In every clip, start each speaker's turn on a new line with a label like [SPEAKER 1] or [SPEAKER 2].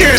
[SPEAKER 1] your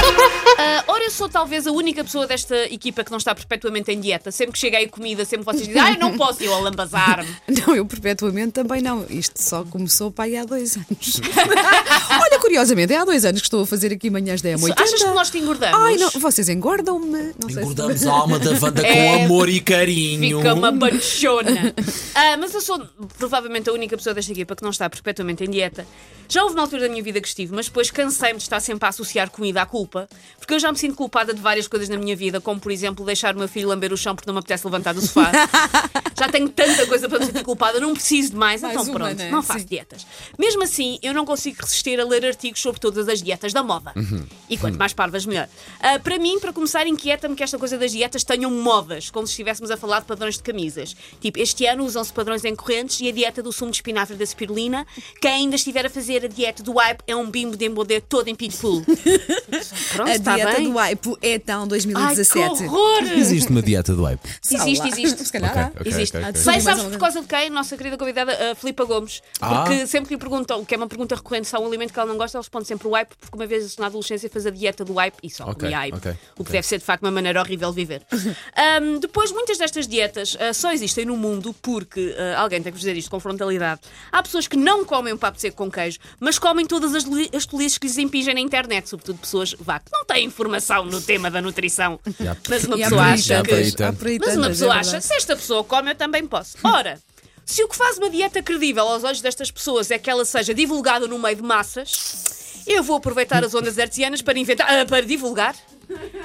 [SPEAKER 2] Ah, ora, eu sou talvez a única pessoa desta equipa que não está perpetuamente em dieta. Sempre que chega aí comida, sempre vocês dizem, ai, não posso, eu a lambazar-me.
[SPEAKER 3] Não, eu perpetuamente também não. Isto só começou para aí há dois anos. Olha, curiosamente, é há dois anos que estou a fazer aqui manhãs da M80.
[SPEAKER 2] Achas que nós te engordamos?
[SPEAKER 3] Ai, não, vocês engordam-me. Não sei se-
[SPEAKER 4] Engordamos a alma da Wanda
[SPEAKER 2] É.
[SPEAKER 4] com amor e carinho.
[SPEAKER 2] Fica uma panchona. Ah, mas eu sou provavelmente a única pessoa desta equipa que não está perpetuamente em dieta. Já houve uma altura da minha vida que estive, mas depois cansei-me de estar sempre a associar comida à culpa, porque eu já me sinto culpada de várias coisas na minha vida, como por exemplo deixar o meu filho lamber o chão porque não me apetece levantar do sofá. já tenho tanta coisa para me sentir culpada, não preciso de mais,
[SPEAKER 3] Mais
[SPEAKER 2] então
[SPEAKER 3] uma,
[SPEAKER 2] pronto,
[SPEAKER 3] né?
[SPEAKER 2] não faço
[SPEAKER 3] Sim.
[SPEAKER 2] dietas. Mesmo assim, eu não consigo resistir a ler artigos sobre todas as dietas da moda. E quanto mais parvas, melhor. Ah, para mim, para começar, inquieta-me que esta coisa das dietas tenham modas, como se estivéssemos a falar de padrões de camisas. Tipo, este ano usam-se padrões em correntes e a dieta do sumo de espinafre e da spirulina. Quem ainda estiver a fazer a dieta do wipe é um bimbo de embodê todo em pitbull. Pronto,
[SPEAKER 3] A
[SPEAKER 2] está
[SPEAKER 3] dieta
[SPEAKER 2] bem.
[SPEAKER 3] do Aipo é tão
[SPEAKER 2] Ai,
[SPEAKER 3] 2017.
[SPEAKER 2] que horror!
[SPEAKER 4] Existe uma dieta do hype.
[SPEAKER 3] Sei lá.
[SPEAKER 2] Existe, existe.
[SPEAKER 3] Se calhar
[SPEAKER 4] Ok,
[SPEAKER 3] há.
[SPEAKER 4] ok.
[SPEAKER 2] Existe.
[SPEAKER 4] ok.
[SPEAKER 2] Sei,
[SPEAKER 3] Mais
[SPEAKER 2] sabes
[SPEAKER 3] alguma
[SPEAKER 2] por causa de quem? Nossa querida convidada a Filipa Gomes. Porque
[SPEAKER 4] Ah.
[SPEAKER 2] sempre que lhe perguntam, que é uma pergunta recorrente, se há um alimento que ela não gosta, ela responde sempre o wipe, porque uma vez na adolescência fez a dieta do wipe e só
[SPEAKER 4] Ok,
[SPEAKER 2] comia wipe.
[SPEAKER 4] ok,
[SPEAKER 2] o que
[SPEAKER 4] ok.
[SPEAKER 2] deve ser de facto uma maneira horrível de viver. Ahm, depois, muitas destas dietas ah, só existem no mundo porque, ah, alguém tem que vos dizer isto com frontalidade, há pessoas que não comem um papo seco com queijo, mas comem todas as, li- as tolices que lhes impingem na internet, sobretudo pessoas, vá, que não têm informação no tema da nutrição. Mas uma
[SPEAKER 3] E há
[SPEAKER 2] pessoa
[SPEAKER 3] por aí
[SPEAKER 2] acha
[SPEAKER 3] tantas,
[SPEAKER 2] que...
[SPEAKER 4] que-
[SPEAKER 3] há por aí
[SPEAKER 2] Mas uma
[SPEAKER 3] tantas, é
[SPEAKER 2] pessoa acha,
[SPEAKER 3] verdade.
[SPEAKER 2] se esta pessoa come, eu também posso. Ora, se o que faz uma dieta credível aos olhos destas pessoas é que ela seja divulgada no meio de massas, eu vou aproveitar as ondas hertzianas para inventar, ah, para divulgar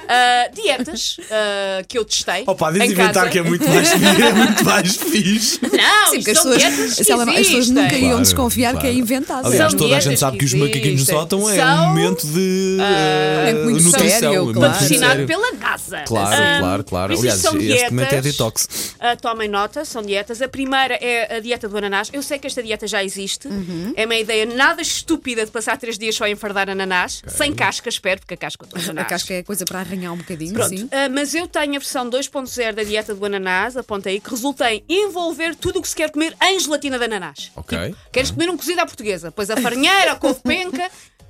[SPEAKER 2] ah, dietas ah, que eu testei.
[SPEAKER 4] Opa, diz
[SPEAKER 2] em
[SPEAKER 4] inventar
[SPEAKER 2] casa.
[SPEAKER 4] que é muito mais fixe. É muito mais fixe.
[SPEAKER 2] Não,
[SPEAKER 3] Sim,
[SPEAKER 2] isto
[SPEAKER 3] que as
[SPEAKER 2] são dietas
[SPEAKER 3] pessoas,
[SPEAKER 2] que
[SPEAKER 3] se ela- as pessoas
[SPEAKER 2] existem.
[SPEAKER 3] nunca iam
[SPEAKER 4] Claro,
[SPEAKER 3] desconfiar que é
[SPEAKER 4] claro.
[SPEAKER 3] inventada.
[SPEAKER 4] Aliás,
[SPEAKER 2] São
[SPEAKER 4] toda a gente
[SPEAKER 2] dietas
[SPEAKER 4] sabe que os
[SPEAKER 2] que
[SPEAKER 4] macaquinhos no
[SPEAKER 2] existem.
[SPEAKER 4] são é
[SPEAKER 2] São- ah,
[SPEAKER 4] um momento de eh,
[SPEAKER 3] Momento muito
[SPEAKER 4] nutrição.
[SPEAKER 3] sério,
[SPEAKER 4] é muito
[SPEAKER 3] claro.
[SPEAKER 2] Patrocinado
[SPEAKER 4] sério.
[SPEAKER 2] pela NASA.
[SPEAKER 4] Claro,
[SPEAKER 2] Ah,
[SPEAKER 4] claro, claro.
[SPEAKER 2] por isso
[SPEAKER 4] Aliás,
[SPEAKER 2] são
[SPEAKER 4] este
[SPEAKER 2] dietas,
[SPEAKER 4] momento é detox.
[SPEAKER 2] ah, tomem nota, são dietas. A primeira é a dieta do ananás. Eu sei que esta dieta já existe.
[SPEAKER 4] Uhum.
[SPEAKER 2] É uma ideia nada estúpida de passar três dias só a enfardar ananás, sem casca, espero, porque a casca do
[SPEAKER 3] A
[SPEAKER 2] ananás.
[SPEAKER 3] casca é coisa para arranhar um bocadinho,
[SPEAKER 2] Pronto,
[SPEAKER 3] sim.
[SPEAKER 2] ah, mas eu tenho a versão 2.0 da dieta do ananás, aponta aí, que resulta em envolver tudo o que se quer comer em gelatina de ananás.
[SPEAKER 4] Ok.
[SPEAKER 2] Tipo, queres comer um cozido à portuguesa? Pois a farinheira, a couve penca.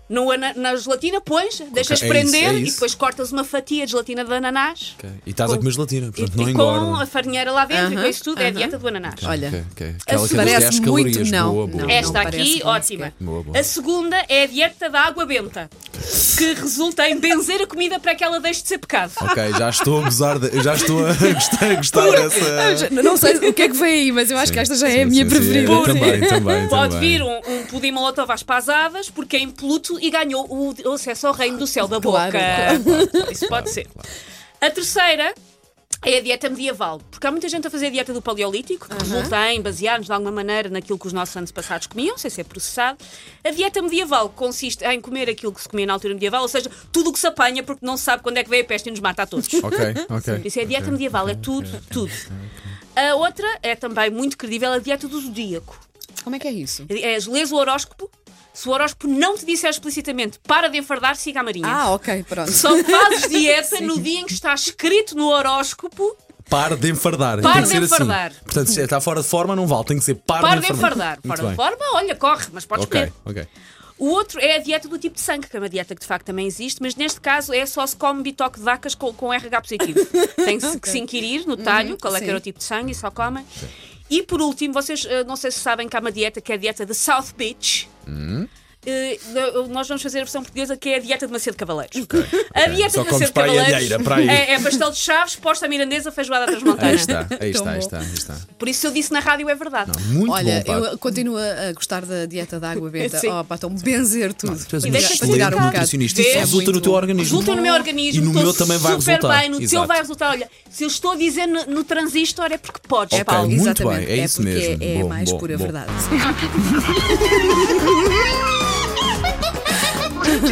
[SPEAKER 2] No, ana- na gelatina pões, deixas
[SPEAKER 4] é isso,
[SPEAKER 2] prender
[SPEAKER 4] é
[SPEAKER 2] e
[SPEAKER 4] isso.
[SPEAKER 2] depois cortas uma fatia de gelatina de ananás
[SPEAKER 4] Ok. E estás a comer gelatina, portanto
[SPEAKER 2] e,
[SPEAKER 4] não
[SPEAKER 2] e com
[SPEAKER 4] engorda.
[SPEAKER 2] a farinheira lá dentro e com isso tudo é a
[SPEAKER 3] aham.
[SPEAKER 2] dieta do ananás.
[SPEAKER 3] Olha,
[SPEAKER 4] Ok, ok. Aquela que
[SPEAKER 3] parece
[SPEAKER 4] é das 10
[SPEAKER 3] muito-
[SPEAKER 4] calorias.
[SPEAKER 3] não,
[SPEAKER 4] Boa,
[SPEAKER 3] não.
[SPEAKER 4] boa.
[SPEAKER 2] Esta
[SPEAKER 3] parece
[SPEAKER 2] aqui,
[SPEAKER 3] bem
[SPEAKER 2] ótima.
[SPEAKER 3] sequer.
[SPEAKER 4] Boa, boa.
[SPEAKER 2] A segunda é a dieta da água benta, que resulta em benzer a comida para que ela deixe de ser pecado.
[SPEAKER 4] Ok, já estou a gozar, de- já estou a gostar, a gostar
[SPEAKER 3] Eu
[SPEAKER 4] dessa.
[SPEAKER 3] já- Não sei o que é que vem aí, mas eu acho que esta já
[SPEAKER 4] Sim,
[SPEAKER 3] é a minha
[SPEAKER 4] sim, sim,
[SPEAKER 3] preferida.
[SPEAKER 4] eu Também, também.
[SPEAKER 2] Pode
[SPEAKER 4] também.
[SPEAKER 2] vir um, um pudim molotov às pasadas, porque é impluto e ganhou o, o acesso ao reino do céu da
[SPEAKER 3] Claro,
[SPEAKER 2] boca.
[SPEAKER 3] claro,
[SPEAKER 2] Isso pode ser. A terceira é a dieta medieval, porque há muita gente a fazer a dieta do paleolítico, que resulta em basear-nos de alguma maneira naquilo que os nossos antepassados comiam, sem ser processado. A dieta medieval consiste em comer aquilo que se comia na altura medieval, ou seja, tudo o que se apanha, porque não se sabe quando é que veio a peste e nos mata a todos.
[SPEAKER 4] Ok, ok.
[SPEAKER 2] Por isso é a dieta medieval, é tudo, tudo. A outra é também muito credível, a dieta do zodíaco.
[SPEAKER 3] Como é que é isso?
[SPEAKER 2] És, lês o horóscopo. Se o horóscopo não te disser explicitamente para de enfardar, siga a marinha.
[SPEAKER 3] Ah, ok, pronto.
[SPEAKER 2] Só fazes dieta no dia em que está escrito no horóscopo
[SPEAKER 4] Par de enfardar.
[SPEAKER 2] Par
[SPEAKER 4] Tem
[SPEAKER 2] de
[SPEAKER 4] que ser assim.
[SPEAKER 2] enfardar.
[SPEAKER 4] Portanto, se está fora de forma, não vale. Tem que ser par,
[SPEAKER 2] para de
[SPEAKER 4] de enfardar.
[SPEAKER 2] enfardar. Fora de
[SPEAKER 4] Muito
[SPEAKER 2] forma, olha, corre, mas podes
[SPEAKER 4] bem.
[SPEAKER 2] comer.
[SPEAKER 4] Ok, ok.
[SPEAKER 2] O outro é a dieta do tipo de sangue, que é uma dieta que de facto também existe, mas neste caso é só se come bitoque de vacas com, com RH positivo. Tem se- que se inquirir no talho qual é que
[SPEAKER 3] sim.
[SPEAKER 2] era o tipo de sangue e só comem. E por último, vocês eh, não sei se sabem que há uma dieta que é a dieta de South Beach.
[SPEAKER 4] Hum?
[SPEAKER 2] Eh, no- nós vamos fazer a versão portuguesa que é a dieta de Macedo Cavaleiros. A dieta
[SPEAKER 4] Só
[SPEAKER 2] de Macedo
[SPEAKER 4] comes praia de
[SPEAKER 2] Cavaleiros
[SPEAKER 4] alheira, praia.
[SPEAKER 2] é, é pastel de chaves, posta à mirandesa, feijoada das
[SPEAKER 4] Aí
[SPEAKER 2] montanhas.
[SPEAKER 4] está,
[SPEAKER 3] Tão
[SPEAKER 4] aí está,
[SPEAKER 3] bom.
[SPEAKER 4] aí está, aí está.
[SPEAKER 2] Por isso, se eu disse na rádio, é verdade.
[SPEAKER 4] Muito
[SPEAKER 3] Olha,
[SPEAKER 4] bom, pá.
[SPEAKER 3] eu continuo a a gostar da dieta da água benta.
[SPEAKER 2] Sim.
[SPEAKER 3] Oh, pá, estão benzer tudo.
[SPEAKER 4] Tu és
[SPEAKER 2] E
[SPEAKER 4] um
[SPEAKER 2] deixa-te
[SPEAKER 4] excelente
[SPEAKER 2] ficar um bocado.
[SPEAKER 4] nutricionista. Isso
[SPEAKER 2] Vê.
[SPEAKER 4] resulta no teu organismo.
[SPEAKER 2] Resulta no meu organismo,
[SPEAKER 4] E no
[SPEAKER 2] estou
[SPEAKER 4] meu também vai
[SPEAKER 2] super
[SPEAKER 4] resultar.
[SPEAKER 2] bem, no teu
[SPEAKER 4] Exato.
[SPEAKER 2] vai resultar. Olha, se eu estou a dizer no, no transistor é porque podes,
[SPEAKER 4] Ok,
[SPEAKER 2] Paulo.
[SPEAKER 4] muito
[SPEAKER 3] Exatamente,
[SPEAKER 4] bem, é isso
[SPEAKER 3] porque
[SPEAKER 4] mesmo.
[SPEAKER 3] É,
[SPEAKER 4] Bom,
[SPEAKER 3] mais
[SPEAKER 4] bom,
[SPEAKER 3] pura
[SPEAKER 4] bom.
[SPEAKER 3] verdade.
[SPEAKER 1] Take